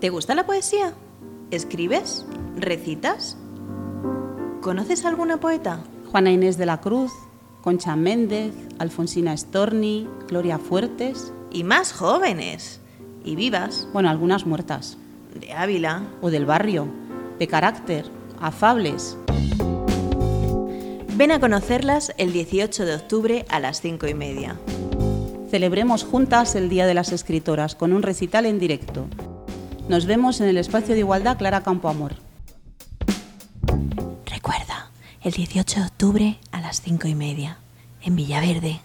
¿Te gusta la poesía? ¿Escribes? ¿Recitas? ¿Conoces alguna poeta? Juana Inés de la Cruz, Concha Méndez, Alfonsina Storni, Gloria Fuertes, Y más jóvenes. Y vivas. bueno, algunas muertas, De Ávila. o del barrio, de carácter, afables. Ven a conocerlas el 18 de octubre a las 5 y media. Celebremos juntas el Día de las Escritoras con un recital en directo. Nos vemos en el espacio de igualdad Clara Campoamor. Recuerda, el 18 de octubre a las 5 y media. En Villaverde.